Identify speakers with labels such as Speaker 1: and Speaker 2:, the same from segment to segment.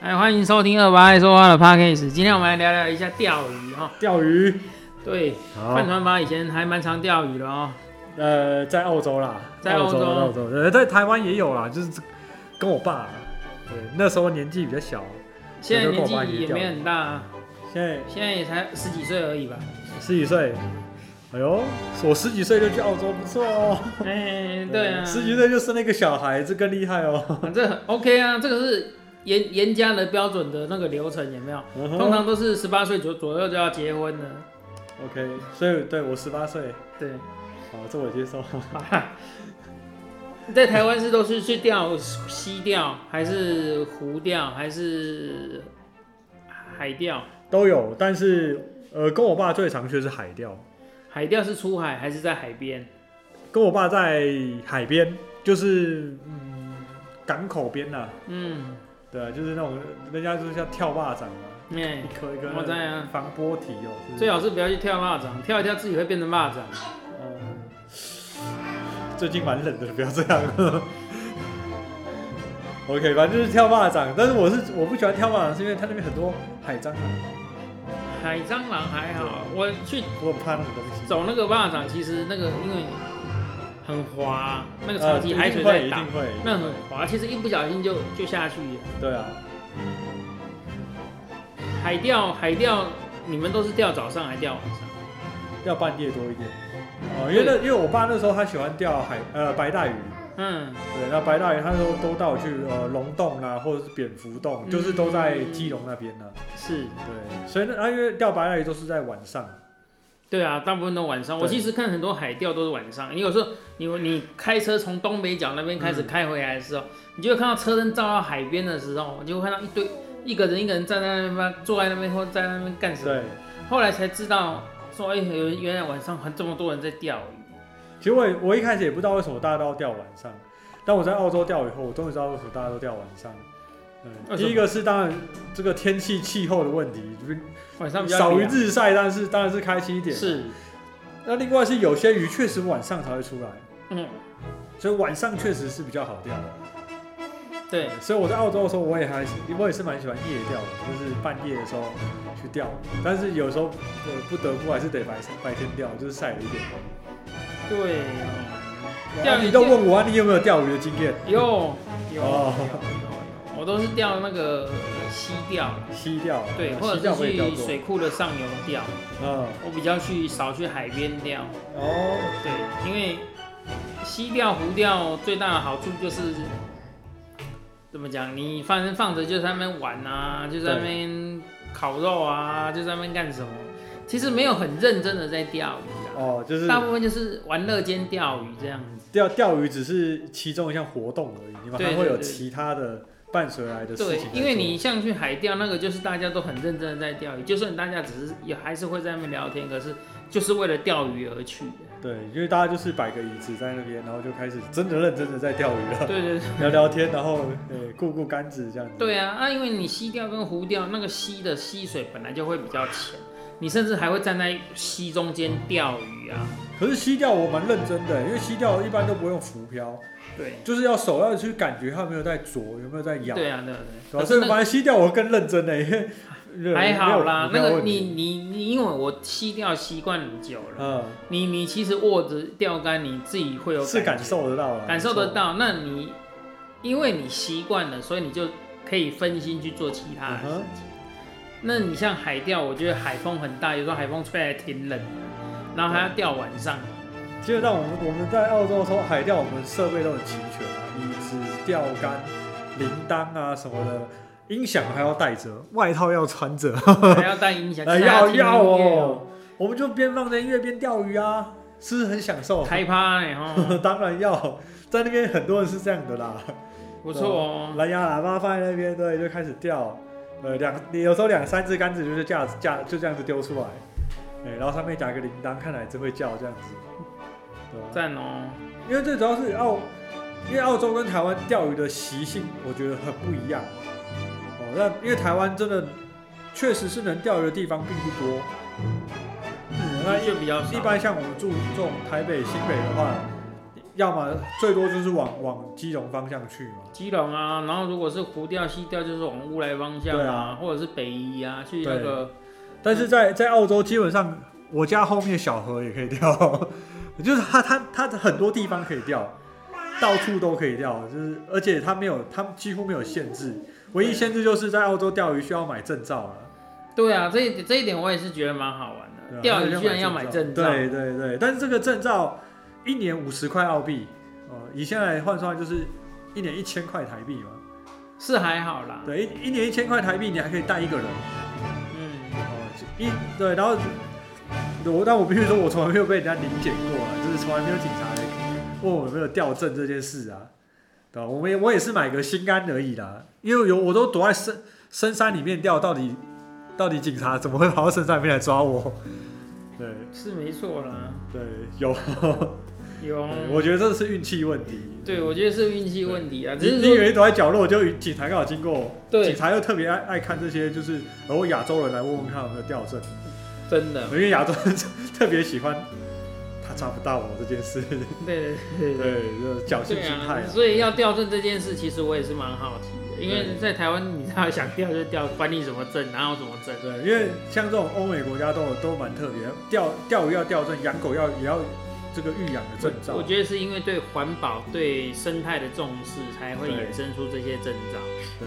Speaker 1: 哎，欢迎收听二八爱说话的 podcast。今天我们来聊聊一下钓鱼哈、哦。
Speaker 2: 钓鱼，
Speaker 1: 对，
Speaker 2: 好
Speaker 1: 饭，团法以前还蛮常钓鱼的哦。
Speaker 2: 呃，在澳洲啦，
Speaker 1: 在
Speaker 2: 澳
Speaker 1: 澳洲
Speaker 2: 澳洲，呃，在台湾也有啦，就是跟我爸，对，那时候年纪比较小，
Speaker 1: 现在年纪也没很大、啊，
Speaker 2: 现在
Speaker 1: 现在也才十几岁而已 吧。
Speaker 2: 十几岁，哎呦，我十几岁就去澳洲，不错哦，
Speaker 1: 哎，对啊，
Speaker 2: 十几岁就生了一个小孩，这更厉害哦，
Speaker 1: 啊这很 OK 啊，这个是严严加的标准的那个流程有没
Speaker 2: 哦
Speaker 1: 有？通常都是十八岁左左右就要结婚了。
Speaker 2: OK，所以对我十八岁，
Speaker 1: 对，
Speaker 2: 好，这我接受，
Speaker 1: 在台湾是都是去钓溪钓，还是湖钓，还是海钓？
Speaker 2: 都有，但是呃，跟我爸最常去的是海钓，
Speaker 1: 海钓是出海还是在海边？
Speaker 2: 跟我爸在海边，就是嗯港口边呐、
Speaker 1: 嗯，
Speaker 2: 对啊，就是那种人家就是叫跳蚂蚱嘛。
Speaker 1: 哎、
Speaker 2: 一颗一颗
Speaker 1: 我在啊，
Speaker 2: 防波体哦，是不是
Speaker 1: 最好是不要去跳蚂蚱，跳一跳自己会变成蚂蚱。
Speaker 2: 嗯最近蛮冷的，不要这样。OK，反正就是跳蚂蚱，但是我是我不喜欢跳蚂蚱，是因为它那边很多海蟑螂，
Speaker 1: 海蟑螂还好，我去
Speaker 2: 我很怕那种东西。
Speaker 1: 走那个蚂蚱，其实那个因为很滑，那个超
Speaker 2: 呃
Speaker 1: 级
Speaker 2: 一
Speaker 1: 海
Speaker 2: 定
Speaker 1: 水
Speaker 2: 会，
Speaker 1: 在
Speaker 2: 一
Speaker 1: 打嗯
Speaker 2: 定，会，
Speaker 1: 那很滑，其实一不小心就就下去了。
Speaker 2: 对啊，
Speaker 1: 海钓，海钓，你们都是钓早上还钓晚上？
Speaker 2: 要半夜多一点。哦，因为那因为我爸那时候他喜欢钓海呃白带鱼，
Speaker 1: 嗯，
Speaker 2: 对，那白带鱼他都都带我去呃龙洞啦、或者是蝙蝠洞，就是都在基隆那边呢、啊
Speaker 1: 是，
Speaker 2: 对，所以那、啊、因为钓白带鱼都是在晚上。
Speaker 1: 对啊，大部分都晚上。我
Speaker 2: 对
Speaker 1: 其实看很多海钓都是晚上，你有时候你你开车从东北角那边开始
Speaker 2: 嗯
Speaker 1: 开回来的时候，你就会看到车灯照到海边的时候，你就会看到一堆一个人一个人站在那边坐在那边或在那边干什么。
Speaker 2: 对，
Speaker 1: 后来才知道说，哎、有原来晚上还这么多人在钓鱼。
Speaker 2: 其实我也我一开始也不知道为什么大家都要钓晚上，但我在澳洲钓以后，我终于知道为什么大家都钓晚上。
Speaker 1: 为
Speaker 2: 嗯，
Speaker 1: 什么
Speaker 2: 第一个是当然这个天气气候的问题，就是
Speaker 1: 晚上比较
Speaker 2: 少于
Speaker 1: 凉
Speaker 2: 日晒，但是当然是开心一点。。
Speaker 1: 是，
Speaker 2: 那另外是有些鱼确实晚上才会出来，
Speaker 1: 嗯，
Speaker 2: 所以晚上确实是比较好钓的。
Speaker 1: 对，
Speaker 2: 所以我在澳洲的时候，我也还我也是蛮喜欢夜钓的，就是半夜的时候去钓，但是有时候呃不得不还是得白白天钓，就是晒了一点。
Speaker 1: 对
Speaker 2: 啊
Speaker 1: 钓鱼
Speaker 2: 你都问我、啊，你有没有钓鱼的经验？
Speaker 1: 有有有有
Speaker 2: 哦
Speaker 1: 有，我都是钓那个溪钓，
Speaker 2: 西钓，
Speaker 1: 对，
Speaker 2: 啊
Speaker 1: 或
Speaker 2: 西钓
Speaker 1: 者
Speaker 2: 我
Speaker 1: 是
Speaker 2: 也钓
Speaker 1: 去
Speaker 2: 过，
Speaker 1: 水库的上游钓，
Speaker 2: 嗯，
Speaker 1: 我比较去少去海边钓，
Speaker 2: 哦，
Speaker 1: 对，因为溪钓、湖钓最大的好处就是。怎么讲？你反正放着就在那边玩啊，就在那边烤肉啊，就在那边干什么？其实没有很认真的在钓鱼啊，
Speaker 2: 哦，就是
Speaker 1: 大部分就是玩乐兼钓鱼这样子。
Speaker 2: 钓钓鱼只是其中一项活动而已，你们
Speaker 1: 对
Speaker 2: 还
Speaker 1: 对
Speaker 2: 会有
Speaker 1: 对
Speaker 2: 其他的伴随来的事
Speaker 1: 对
Speaker 2: 情来，做。
Speaker 1: 因为你像去海钓那个，就是大家都很认真的在钓鱼，就算大家只是也还是会在那边聊天，可是就是为了钓鱼而去 的。
Speaker 2: 对，因为大家就是摆个椅子在那边，然后就开始真的认真的在钓鱼了，
Speaker 1: 对对对
Speaker 2: 聊聊天，然后呃顾顾杆子这样子。
Speaker 1: 对啊，啊，因为你溪钓跟湖钓，那个溪的溪水本来就会比较浅，你甚至还会站在溪中间钓鱼啊。
Speaker 2: 可是西钓我蛮认真的，因为西钓一般都不会用浮漂，
Speaker 1: 对，
Speaker 2: 就是要手要去感觉它有没有在啄，有没有在咬。
Speaker 1: 对啊，对啊对
Speaker 2: 对
Speaker 1: 啊。
Speaker 2: 吧？
Speaker 1: 可是
Speaker 2: 所以
Speaker 1: 那
Speaker 2: 反正西钓我更认真的，因为没有
Speaker 1: 还好啦，
Speaker 2: 没
Speaker 1: 那
Speaker 2: 有浮
Speaker 1: 个
Speaker 2: 标
Speaker 1: 你
Speaker 2: 问题
Speaker 1: 你你，因为我溪钓习惯很久了，
Speaker 2: 嗯
Speaker 1: 你你其实握着钓竿，你自己会有
Speaker 2: 是
Speaker 1: 感
Speaker 2: 感受得到的，啊
Speaker 1: 感受得到。那你因为你习惯了，所以你就可以分心去做其
Speaker 2: 嗯
Speaker 1: 他的事情。那你像海钓，我觉得海风很大，有时候海风吹来挺冷的，然后还要钓晚上。
Speaker 2: 基本上我们我们在澳洲的时候海钓，我们设备都很齐全啊，椅子、钓竿、铃铛啊什么的，音响还要带着，外套要穿着，
Speaker 1: 还要带音响，
Speaker 2: 哎
Speaker 1: 其实还
Speaker 2: 要
Speaker 1: 听音乐
Speaker 2: 要哦，我们就边放着音乐边钓鱼啊，是不是很享受？
Speaker 1: 开趴呢哦，
Speaker 2: 当然要，在那边很多人是这样的啦，
Speaker 1: 不错哦，
Speaker 2: 蓝牙喇叭放在那边，对，就开始钓，呃，两你有时候两三只杆子就是架架就这样子丢出来，哎、然后上面夹个铃铛，看来真会叫这样子，对吧？
Speaker 1: 赞哦。
Speaker 2: 因为最主要是澳，因为澳洲跟台湾钓鱼的习性，我觉得很不一样。哦，那因为台湾真的确实是能钓鱼的地方并不多。嗯，那
Speaker 1: 那就比较少
Speaker 2: 一般像我们住这种台北、新北的话，要么最多就是往往基隆方向去嘛。
Speaker 1: 基隆啊，然后如果是湖调西调，就是往乌来方向
Speaker 2: 对
Speaker 1: 啊，
Speaker 2: 啊
Speaker 1: 或者是北移啊，去那个
Speaker 2: 但
Speaker 1: 嗯
Speaker 2: 是在在澳洲，基本上我家后面小河也可以钓， 就是它它它很多地方可以钓，到处都可以钓，就是而且它没有它几乎没有限制，唯一限制就是在澳洲钓鱼需要买证照了。
Speaker 1: 对啊，这一点这一点我也是觉得蛮好玩
Speaker 2: 对
Speaker 1: 的。
Speaker 2: 啊
Speaker 1: 钓鱼居然要买证照，
Speaker 2: 对对对，但是这个证照一年五十块澳币，哦、以现在换算就是一年一千块台币嘛。
Speaker 1: 是还好啦。
Speaker 2: 对，一一年一千块台币，你还可以带一个人。
Speaker 1: 嗯，
Speaker 2: 哦，一对，然后我但我必须说，我从来没有被人家临检过啊， 就是从来没有警察来问我有没有掉证这件事啊。对吧？我们也我也是买个心安而已啦，因为有我都躲在深深山里面掉，到底到底警察怎么会跑到深山里面来抓我？ 对
Speaker 1: 是没错啦。
Speaker 2: 对，有，
Speaker 1: 有，
Speaker 2: 我觉得这是运气问题。
Speaker 1: 对我觉得是运气问题啊，
Speaker 2: 你
Speaker 1: 只是
Speaker 2: 你以
Speaker 1: 说
Speaker 2: 为躲在角落，就警察刚好经过，
Speaker 1: 对
Speaker 2: 警察又特别爱爱看这些，就是然后亚洲人来问问看有没有掉证。
Speaker 1: 真的，
Speaker 2: 因为亚洲人 特别喜欢他抓不到我哦这 件事，
Speaker 1: 对对对。
Speaker 2: 对，就是侥幸
Speaker 1: 对
Speaker 2: 心态
Speaker 1: 啊，
Speaker 2: 啊。
Speaker 1: 所以要调证这件事，其实我也是蛮好奇的，因为在台湾，你知道想调就调，管你什么证，哪有什么证？
Speaker 2: 对，因为像这种欧美国家都有都蛮特别，钓钓鱼要钓证，养狗要也要这个育养的证照
Speaker 1: 我。觉得是因为对环保、对生态的重视，才会
Speaker 2: 对
Speaker 1: 衍生出这些征兆。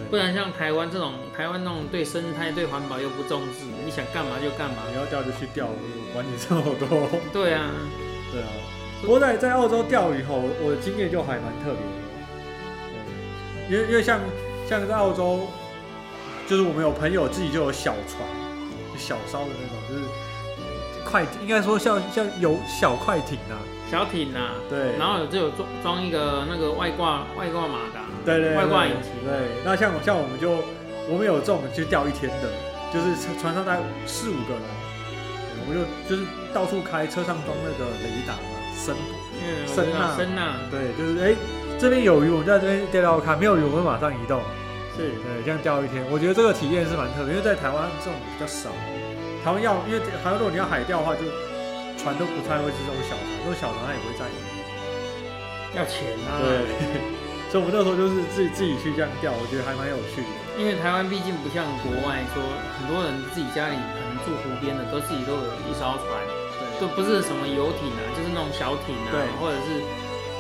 Speaker 1: 不
Speaker 2: 对，
Speaker 1: 然像台湾这种，台湾那种对生态、对环保又不重视，你想干嘛就干嘛。
Speaker 2: 你要钓就去钓，我管你这么多。
Speaker 1: 对啊，
Speaker 2: 对啊，不过在在澳洲钓鱼吼，我我的经验就还蛮特别的。对，因为因为像像在澳洲，就是我们有朋友自己就有小船，就小艘的那种，就是快应该说像像有小快艇啊。
Speaker 1: 小艇啊，
Speaker 2: 对，
Speaker 1: 然后有就有装装一个那个外挂外挂马达，
Speaker 2: 对对对
Speaker 1: 外挂引擎
Speaker 2: 对，那像我像我们就我们有这种就钓一天的，就是船上大概四五个人，对我们就就是到处开，车上装那个雷达啊，声波。
Speaker 1: 嗯，
Speaker 2: 声呐
Speaker 1: 声呐，
Speaker 2: 对，就是哎、这边有鱼，我们就在这边钓钓看；没有鱼，我们马上移动。
Speaker 1: 是
Speaker 2: 对，这样钓一天，我觉得这个体验是蛮特别，因为在台湾这种比较少。台湾要，因为台湾如果你要海钓的话，就船都不太会是这种小船，这种小船它也不会载你。
Speaker 1: 要钱啊。，
Speaker 2: 对，所以我们那时候就是自己自己去这样钓，我觉得还蛮有趣的。
Speaker 1: 因为台湾毕竟不像国外说，很多人自己家里可能住湖边的，都自己都有一艘船，就不是什么游艇啊，就是那种小艇啊
Speaker 2: 嗯对，
Speaker 1: 或者是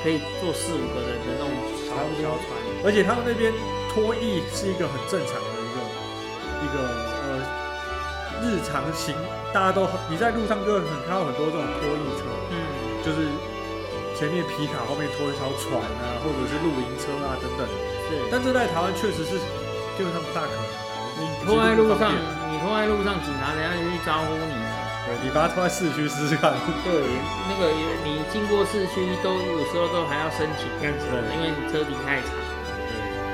Speaker 1: 可以坐四五个人的那种小
Speaker 2: 差不多
Speaker 1: 小船。
Speaker 2: 而且他们那边脱衣是一个很正常的一个一个呃日常行，大家都很你在路上就会很看到很多这种脱衣车。
Speaker 1: 嗯，
Speaker 2: 就是前面皮卡，后面拖一条船啊，或者是露营车啊等等。
Speaker 1: 是。
Speaker 2: 但这在台湾确实是基本上不大可能。啊
Speaker 1: 你拖在路
Speaker 2: 几乎
Speaker 1: 上
Speaker 2: 不方便，
Speaker 1: 你拖在路上，警察等下就去招呼你。
Speaker 2: 对，你把它拖在市区试试看。
Speaker 1: 对，那个你经过市区都有时候都还要申请干什么的，
Speaker 2: 对
Speaker 1: 因为你车停太长。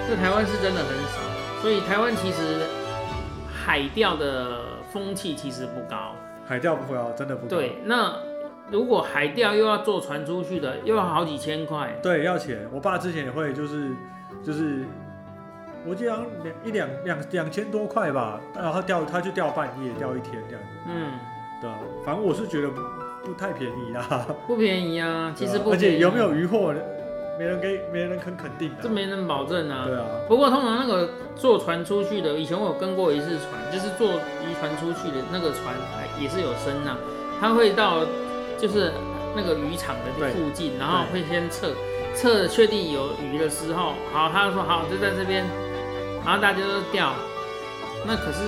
Speaker 1: 这台湾是真的很少，所以台湾其实海钓的风气其实不高。
Speaker 2: 海钓不高，真的不高。
Speaker 1: 对，那如果海钓又要坐船出去的，又要好几千块。
Speaker 2: 对，要钱。我爸之前也会就是就是，我记得好像两一两两两千多块吧，然后他钓他去钓半夜，钓一天这样子。
Speaker 1: 嗯，
Speaker 2: 对啊，反正我是觉得不不太便宜啦。
Speaker 1: 不便宜啊，其实不
Speaker 2: 而
Speaker 1: 便宜。啊
Speaker 2: 且有没有渔获，没人给没人肯肯定的。
Speaker 1: 这没人保证啊。
Speaker 2: 对啊。
Speaker 1: 不过通常那个坐船出去的，以前我有跟过一次船，就是坐渔船出去的那个船，哎也是有声呐、它会到就是那个渔场的
Speaker 2: 对
Speaker 1: 附近，然后会先测测确定有鱼的时候，好，他就说好就在这边，然后大家都钓，那可是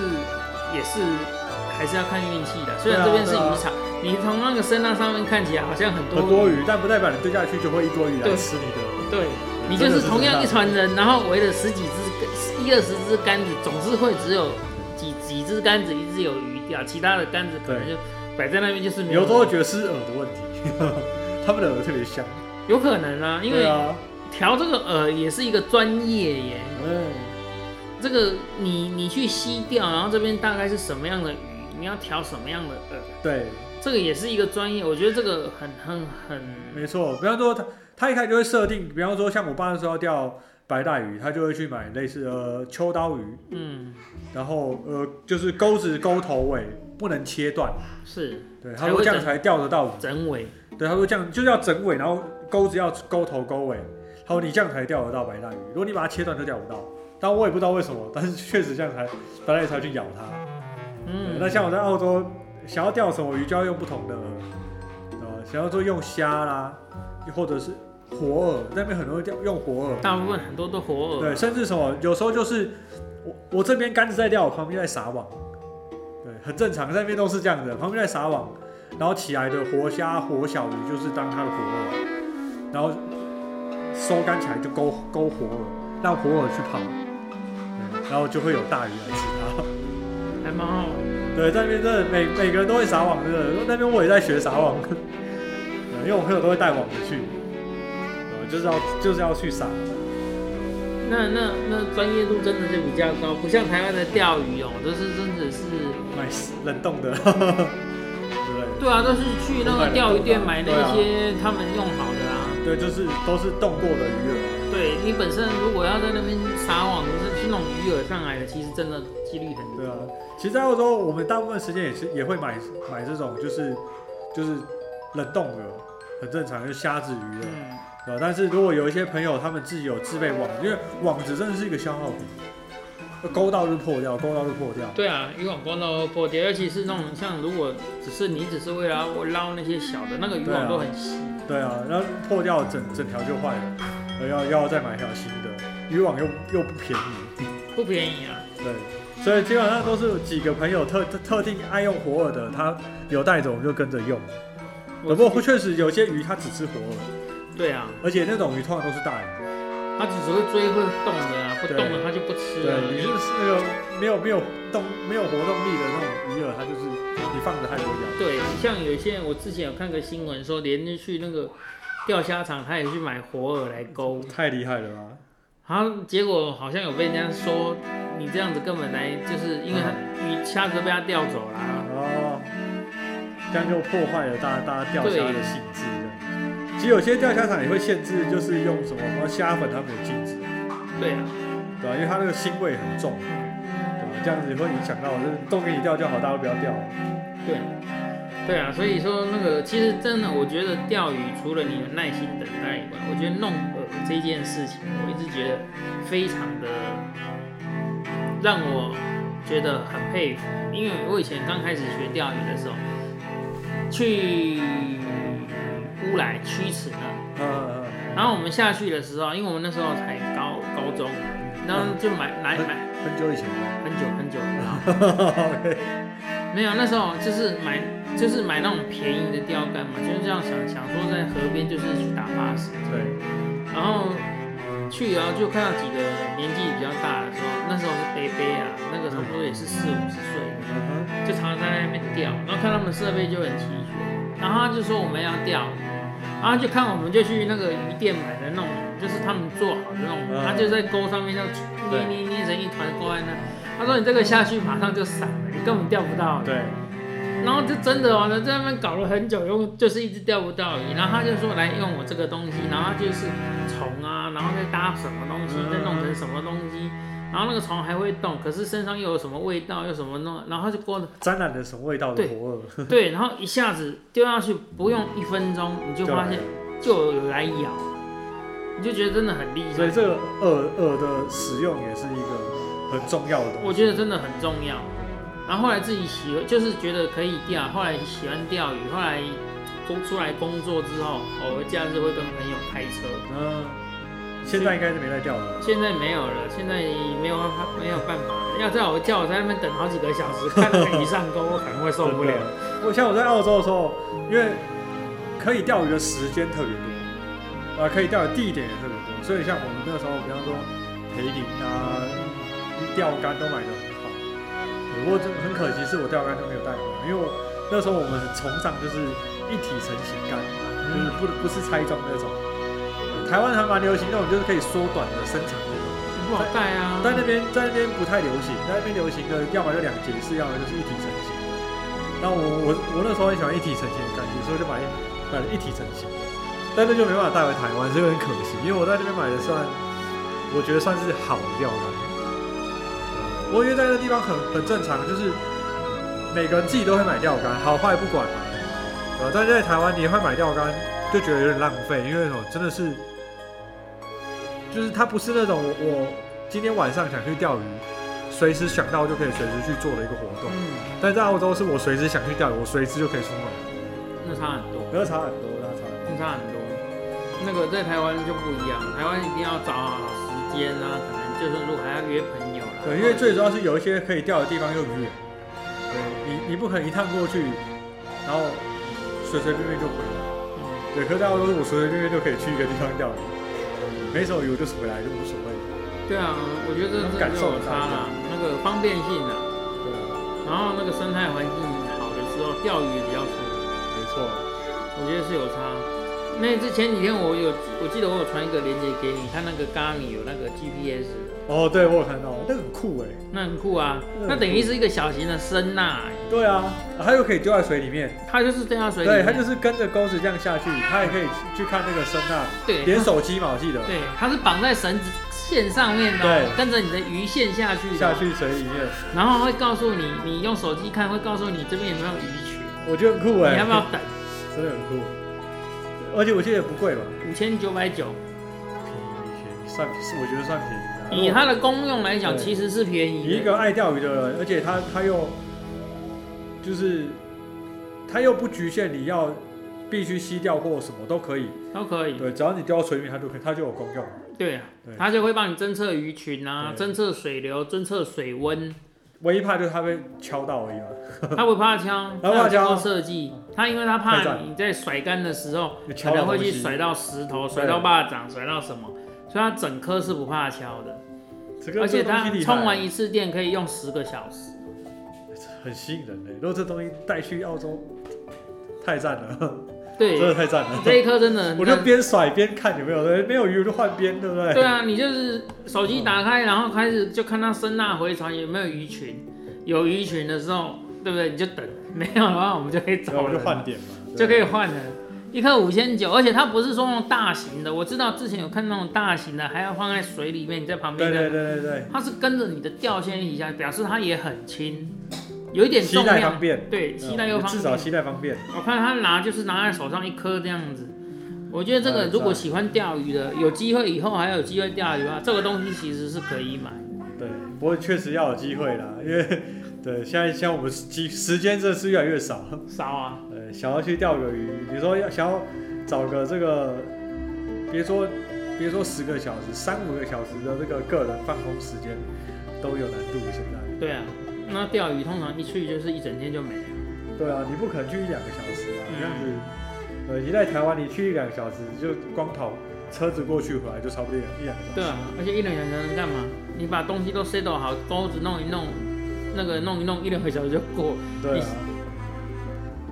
Speaker 1: 也是还是要看运气的，虽然
Speaker 2: 对啊
Speaker 1: 这边是
Speaker 2: 对啊
Speaker 1: 渔场，你从那个声呐上面看起来好像很多
Speaker 2: 很多鱼，但不代表你丢下去就会一堆鱼来吃你的。
Speaker 1: 对你就是同样一船人，然后围了十几只、一二十只杆子，总是会只有几几只杆子一直有鱼钓，其他的杆子可能就摆在那边就是没
Speaker 2: 有时候
Speaker 1: 有。
Speaker 2: 觉得是饵的问题， 他们的饵特别香。
Speaker 1: 有可能啊，因
Speaker 2: 对
Speaker 1: 为
Speaker 2: 啊，
Speaker 1: 调这个饵也是一个专业耶。
Speaker 2: 嗯，
Speaker 1: 这个你你去吸钓，然后这边大概是什么样的鱼，你要调什么样的饵，
Speaker 2: 对，
Speaker 1: 这个也是一个专业。我觉得这个很很很
Speaker 2: 没错。比方说他他一开始就会设定，比方说像我爸那时候要钓白带鱼，他就会去买类似呃秋刀鱼，
Speaker 1: 嗯
Speaker 2: 然后呃就是钩子钩头尾不能切断，
Speaker 1: 是
Speaker 2: 对，他说这样才钓得到鱼。
Speaker 1: 整尾
Speaker 2: 对，他说这样就是要整尾，然后钩子要钩头钩尾。他说你这样才钓得到白带鱼，如果你把它切断就钓不到。但我也不知道为什么，但是确实这样才白带鱼才会去咬它。对
Speaker 1: 嗯，
Speaker 2: 那像我在澳洲想要钓什么鱼，就要用不同的饵，呃，想要说用虾啦，或者是活饵，那边很容易钓用活饵，
Speaker 1: 大部分很多都活饵，
Speaker 2: 对，甚至什么有时候就是我我这边杆子在钓，我旁边在撒网，对，很正常，在那边都是这样的，旁边在撒网，然后起来的活虾、活小鱼就是当它的活饵，然后收竿起来就勾勾活饵，让活饵去跑，对然后就会有大鱼来吃它。
Speaker 1: 还蛮好玩的。
Speaker 2: 对，在那边真的每每个人都会撒网，真的。那边我也在学撒网， 对因为我朋友都会带网子去，对就是要就是要去撒。
Speaker 1: 那那那专业度真的就比较高，不像台湾的钓鱼哦，都是真的是，
Speaker 2: 买冷冻的，对不对？
Speaker 1: 对啊，都是去那个钓鱼店买那一些他们用好的啊。
Speaker 2: 对，就是都是冻过的鱼饵。
Speaker 1: 对你本身如果要在那边撒网，是那种鱼饵上来的，其实真的几率很低
Speaker 2: 对啊，其实在澳洲，我们大部分时间也是也会买买这种，就是就是冷冻的，很正常，就是虾子鱼饵。
Speaker 1: 嗯，
Speaker 2: 对啊吧但是如果有一些朋友他们自己有自备网，因为网子真的是一个消耗品，呃勾到就破掉，勾到就破掉。
Speaker 1: 对啊，渔网光都破掉，尤其是那种像如果只是你只是为了要捞那些小的，那个渔
Speaker 2: 对
Speaker 1: 网
Speaker 2: 啊
Speaker 1: 都很细。
Speaker 2: 对啊，然后破掉整整条就坏了，呃要要再买一条新的，渔网又又不便宜，
Speaker 1: 不便宜啊。
Speaker 2: 对，所以基本上都是几个朋友特特特定爱用活饵的，他有带走我们就跟着用。
Speaker 1: 我
Speaker 2: 啊不过确实有些鱼它只吃活饵，
Speaker 1: 对啊，
Speaker 2: 而且那种鱼通常都是大鱼，
Speaker 1: 它只是会追会动的啊，不动的它就不吃啊
Speaker 2: 对，啊鱼
Speaker 1: 了。
Speaker 2: 就是那个没有没有动没有活动力的那种鱼饵，它就是你放着它也不会咬。
Speaker 1: 对，像有些人我之前有看个新闻说，连去那个钓虾场，他也去买活饵来勾，
Speaker 2: 太厉害了吧？
Speaker 1: 然后结果好像有被人家说你这样子根本来就是因为他鱼虾子都被他钓走了。啊
Speaker 2: 哦，这样就破坏了大家大家钓虾
Speaker 1: 对
Speaker 2: 的性质了。其实有些钓虾场也会限制，就是用什么然后虾粉，他们有禁止，
Speaker 1: 对啊，
Speaker 2: 对吧、因为它那个腥味很重，对吧、这样子也会影响到，就是都给你钓就好，大家都不要钓。
Speaker 1: 对啊，对啊，所以说那个其实真的，我觉得钓鱼除了你有耐心等待以外，我觉得弄饵这件事情，我一直觉得非常的让我觉得很佩服，因为我以前刚开始学钓鱼的时候，去乌来曲池那，
Speaker 2: 嗯
Speaker 1: 然后我们下去的时候，因为我们那时候才高高中，然后就买买买
Speaker 2: 嗯很久以前了。
Speaker 1: 很久很久了。
Speaker 2: OK
Speaker 1: 没有，那时候就是买，就是买那种便宜的钓竿嘛，就是这样想想说在河边就是去打巴士，
Speaker 2: 对，
Speaker 1: 然后去然后就看到几个年纪比较大的时候，那时候是贝贝啊，那个差不多也是四五十岁，
Speaker 2: 嗯哼
Speaker 1: 就常常在那边钓，然后看他们设备就很齐全，然后他就说我们要钓，然后就看我们就去那个鱼店买的那种，就是他们做好的那种，
Speaker 2: 嗯
Speaker 1: 他就在钩上面这样捏捏捏成一团钩在那，他说你这个下去马上就散了，你根本钓不到。
Speaker 2: 对，
Speaker 1: 然后就真的完了，在那边搞了很久，用就是一直钓不到鱼。然后他就说来用我这个东西，然后他就是虫啊，然后再搭什么东西，
Speaker 2: 嗯
Speaker 1: 再弄成什么东西，然后那个虫还会动，可是身上又有什么味道，又什么弄，然后他就过 了
Speaker 2: 沾染了什么味道的活饵？
Speaker 1: 对，然后一下子丢下去，不用一分钟你就发现就有来咬，你就觉得真的很厉
Speaker 2: 所以
Speaker 1: 害。
Speaker 2: 这个饵饵的使用也是一个很重要的东
Speaker 1: 我
Speaker 2: 西。
Speaker 1: 觉得真的很重要。然后后来自己喜欢，就是觉得可以钓，后来喜欢钓鱼，后来工出来工作之后，偶尔假日会跟朋友开车。
Speaker 2: 嗯，现在应该是没在钓了。
Speaker 1: 现在没有了，现在没有办法，没有办法。要叫我叫我在那边等好几个小 时，看那个鱼上钩，我可能会受不了。
Speaker 2: 我像我在澳洲的时候，因为可以钓鱼的时间特别多，啊，可以钓的地点也特别多，所以像我们那个时候，比方说培林啊，钓竿都买的很好。不过这很可惜是我钓竿都没有带回来，因为我那时候我们很崇尚就是一体成型竿，就是不不是拆装那种。台湾还蛮流行那种，就是可以缩短的、伸长的那种，
Speaker 1: 不好带啊。
Speaker 2: 在那边在那边不太流行，在那边流行的要么就两节式，要么就是一体成型的。然后我我我那时候很喜欢一体成型的感觉，所以就买买了一体成型，但那就没办法带回台湾，所以有点可惜。因为我在那边买的算，我觉得算是好的钓竿。我觉得在那地方很很正常，就是每个人自己都会买钓竿，好坏不管嘛。对吧？但是在台湾你会买钓竿，就觉得有点浪费，因为什么真的是，就是它不是那种我我今天晚上想去钓鱼，随时想到就可以随时去做的一个活动。
Speaker 1: 嗯，
Speaker 2: 但在澳洲是我随时想去钓鱼，我随时就可以出门，
Speaker 1: 那差很多，
Speaker 2: 那差很多，那差很多。
Speaker 1: 那差很多。那个在台湾就不一样，台湾一定要找好时间啊，可能就是如果还要约朋友啊啦，
Speaker 2: 对，因为最主要是有一些可以钓的地方又远，对你你不可能一趟过去，然后随随便便就回来。
Speaker 1: 嗯
Speaker 2: 对，可是大家都是我随随便便就可以去一个地方钓鱼，没什么鱼我就是回来就无所谓。
Speaker 1: 对啊，我觉得这
Speaker 2: 感
Speaker 1: 就
Speaker 2: 受
Speaker 1: 有
Speaker 2: 到
Speaker 1: 差啦，那个方便性啊。
Speaker 2: 对啊，
Speaker 1: 然后那个生态环境好的时候，钓鱼也比较舒服，
Speaker 2: 没错。
Speaker 1: 我觉得是有差。那之前几天我有，我记得我有传一个链接给你，看那个 Garmin 有那个 GPS，
Speaker 2: 哦，对我有看到，那个很酷哎。
Speaker 1: 那很酷啊
Speaker 2: 嗯。
Speaker 1: 那等于是一个小型的声呐、欸
Speaker 2: 对啊，它又可以丢在水里面，
Speaker 1: 它就是掉到水里
Speaker 2: 对，
Speaker 1: 面，
Speaker 2: 它就是跟着钩子这样下去，它也可以去看那个声呐，
Speaker 1: 对
Speaker 2: 连手机嘛，我记得
Speaker 1: 对，它是绑在绳子线上面的、哦
Speaker 2: 对
Speaker 1: 跟着你的鱼线下去的哦
Speaker 2: 下，去水里面，
Speaker 1: 然后会告诉你，你用手机看会告诉你这边有没有鱼群，
Speaker 2: 我觉得很酷哎。
Speaker 1: 你要不要？等？
Speaker 2: 真的很酷，而且我记得不贵吧。
Speaker 1: 五千九百九，
Speaker 2: 便宜，算是我觉得算便宜啊的。
Speaker 1: 以它的功用来讲，
Speaker 2: 对
Speaker 1: 其实是便宜的。
Speaker 2: 你一个爱钓鱼的人，而且他他又就是他又不局限你要必须吸钓或什么都可以，
Speaker 1: 都可以。
Speaker 2: 对，只要你钓到水里面，它就可以，它就有功用。
Speaker 1: 对啊
Speaker 2: 对，
Speaker 1: 它就会帮你侦测鱼群啊，
Speaker 2: 对
Speaker 1: 侦测水流，侦测水 温，
Speaker 2: 唯一怕就是它被敲到而已嘛，
Speaker 1: 它不怕敲，
Speaker 2: 它不怕
Speaker 1: 有经过
Speaker 2: 敲
Speaker 1: 设计，它因为它
Speaker 2: 太
Speaker 1: 怕
Speaker 2: 赞
Speaker 1: 你在甩竿的时候，
Speaker 2: 你
Speaker 1: 可
Speaker 2: 敲到
Speaker 1: 能会
Speaker 2: 东
Speaker 1: 去
Speaker 2: 西
Speaker 1: 甩到石头、甩到巴掌、甩到什么，所以它整颗是不怕敲的，
Speaker 2: 这个
Speaker 1: 而且
Speaker 2: 这个东
Speaker 1: 它
Speaker 2: 西厉害
Speaker 1: 充完一次电可以用十个小时。
Speaker 2: 很吸引人的，如果这东西带去澳洲，太赞了，真的
Speaker 1: 对，
Speaker 2: 太赞了。
Speaker 1: 这一颗真的，
Speaker 2: 我就边甩边看有没有，没有鱼我就换边，对不对？
Speaker 1: 对啊，你就是手机打开，然后开始就看它声呐回传有没有鱼群，有鱼群的时候，对不对？你就等，没有的话我们就可以
Speaker 2: 然后
Speaker 1: 走
Speaker 2: 我就
Speaker 1: 了。
Speaker 2: 换点嘛，
Speaker 1: 就可
Speaker 2: 以。
Speaker 1: 以换了。一颗五千九，而且它不是说那种大型的，我知道之前有看那种大型的，还要放在水里面，你在旁边
Speaker 2: 对对
Speaker 1: 的，
Speaker 2: 对对对。
Speaker 1: 它是跟着你的钓线一起下，表示它也很轻，有一点
Speaker 2: 携
Speaker 1: 重
Speaker 2: 带方
Speaker 1: 量，
Speaker 2: 便，
Speaker 1: 对，携带又方
Speaker 2: 至少
Speaker 1: 便。
Speaker 2: 携带方便。
Speaker 1: 我看他拿就是拿在手上一颗这样子，我觉得这个
Speaker 2: 嗯
Speaker 1: 如果喜欢钓鱼的，有机会以后还有机会钓鱼啊，这个东西其实是可以买。
Speaker 2: 对，不过确实要有机会啦， 因为对现在像我们机时间真的是越来越少，
Speaker 1: 烧啊，
Speaker 2: 呃，想要去钓个鱼，比如说要想要找个这个，别说别说十个小时，三五个小时的这个个人放空时间都有难度。现在，
Speaker 1: 对啊，那钓鱼通常一去就是一整天就没了。
Speaker 2: 对啊，你不可能去一两个小时啊，
Speaker 1: 嗯
Speaker 2: 这样子，呃，你在台湾你去一两个小时就光跑车子过去回来就差不多一两个小时。
Speaker 1: 对啊，而且一两个小时能干嘛？你把东西都 set 好，钩子弄一弄，那个弄一弄，一两个小时就过。
Speaker 2: 对啊，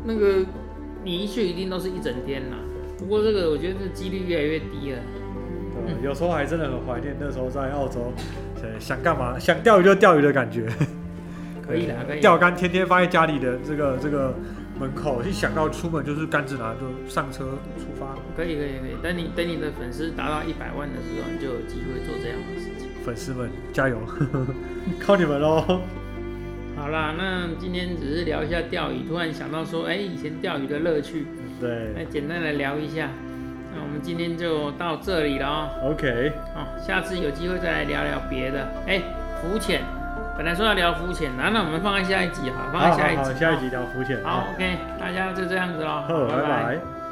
Speaker 1: 那个你一去一定都是一整天啦。不过这个我觉得这几率越来越低了。嗯
Speaker 2: 对啊有时候还真的很怀念那时候在澳洲，呃想干嘛想钓鱼就钓鱼的感觉。
Speaker 1: 可以啦，可以啦。
Speaker 2: 钓竿天天放在家里的这个这个门口，一想到出门就是杆子拿就上车出发。
Speaker 1: 可以可以可以，等你等你的粉丝达到一百万的时候，你就有机会做这样的事情。
Speaker 2: 粉丝们加油， 靠你们喽！
Speaker 1: 好啦，那今天只是聊一下钓鱼，突然想到说，哎、以前钓鱼的乐趣，来
Speaker 2: 对
Speaker 1: 简单的聊一下。那我们今天就到这里了哦。
Speaker 2: ，OK，
Speaker 1: 哦，下次有机会再来聊聊别的。哎，浮潜，本来说要聊浮潜，那那我们放在下一集好了，放
Speaker 2: 好
Speaker 1: 在下一
Speaker 2: 好
Speaker 1: 集，
Speaker 2: 好，下一集聊浮潜。
Speaker 1: 好。好，OK，大家就这样子喽，
Speaker 2: 好，
Speaker 1: 拜
Speaker 2: 拜拜。